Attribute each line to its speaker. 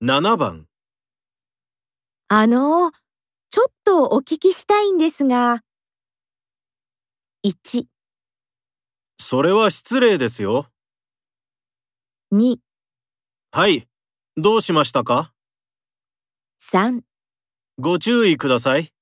Speaker 1: 7番、
Speaker 2: あのー、ちょっとお聞きしたいんですが。1、
Speaker 1: それは失礼ですよ。
Speaker 2: 2、
Speaker 1: はい、どうしましたか
Speaker 2: 3
Speaker 1: ご注意ください。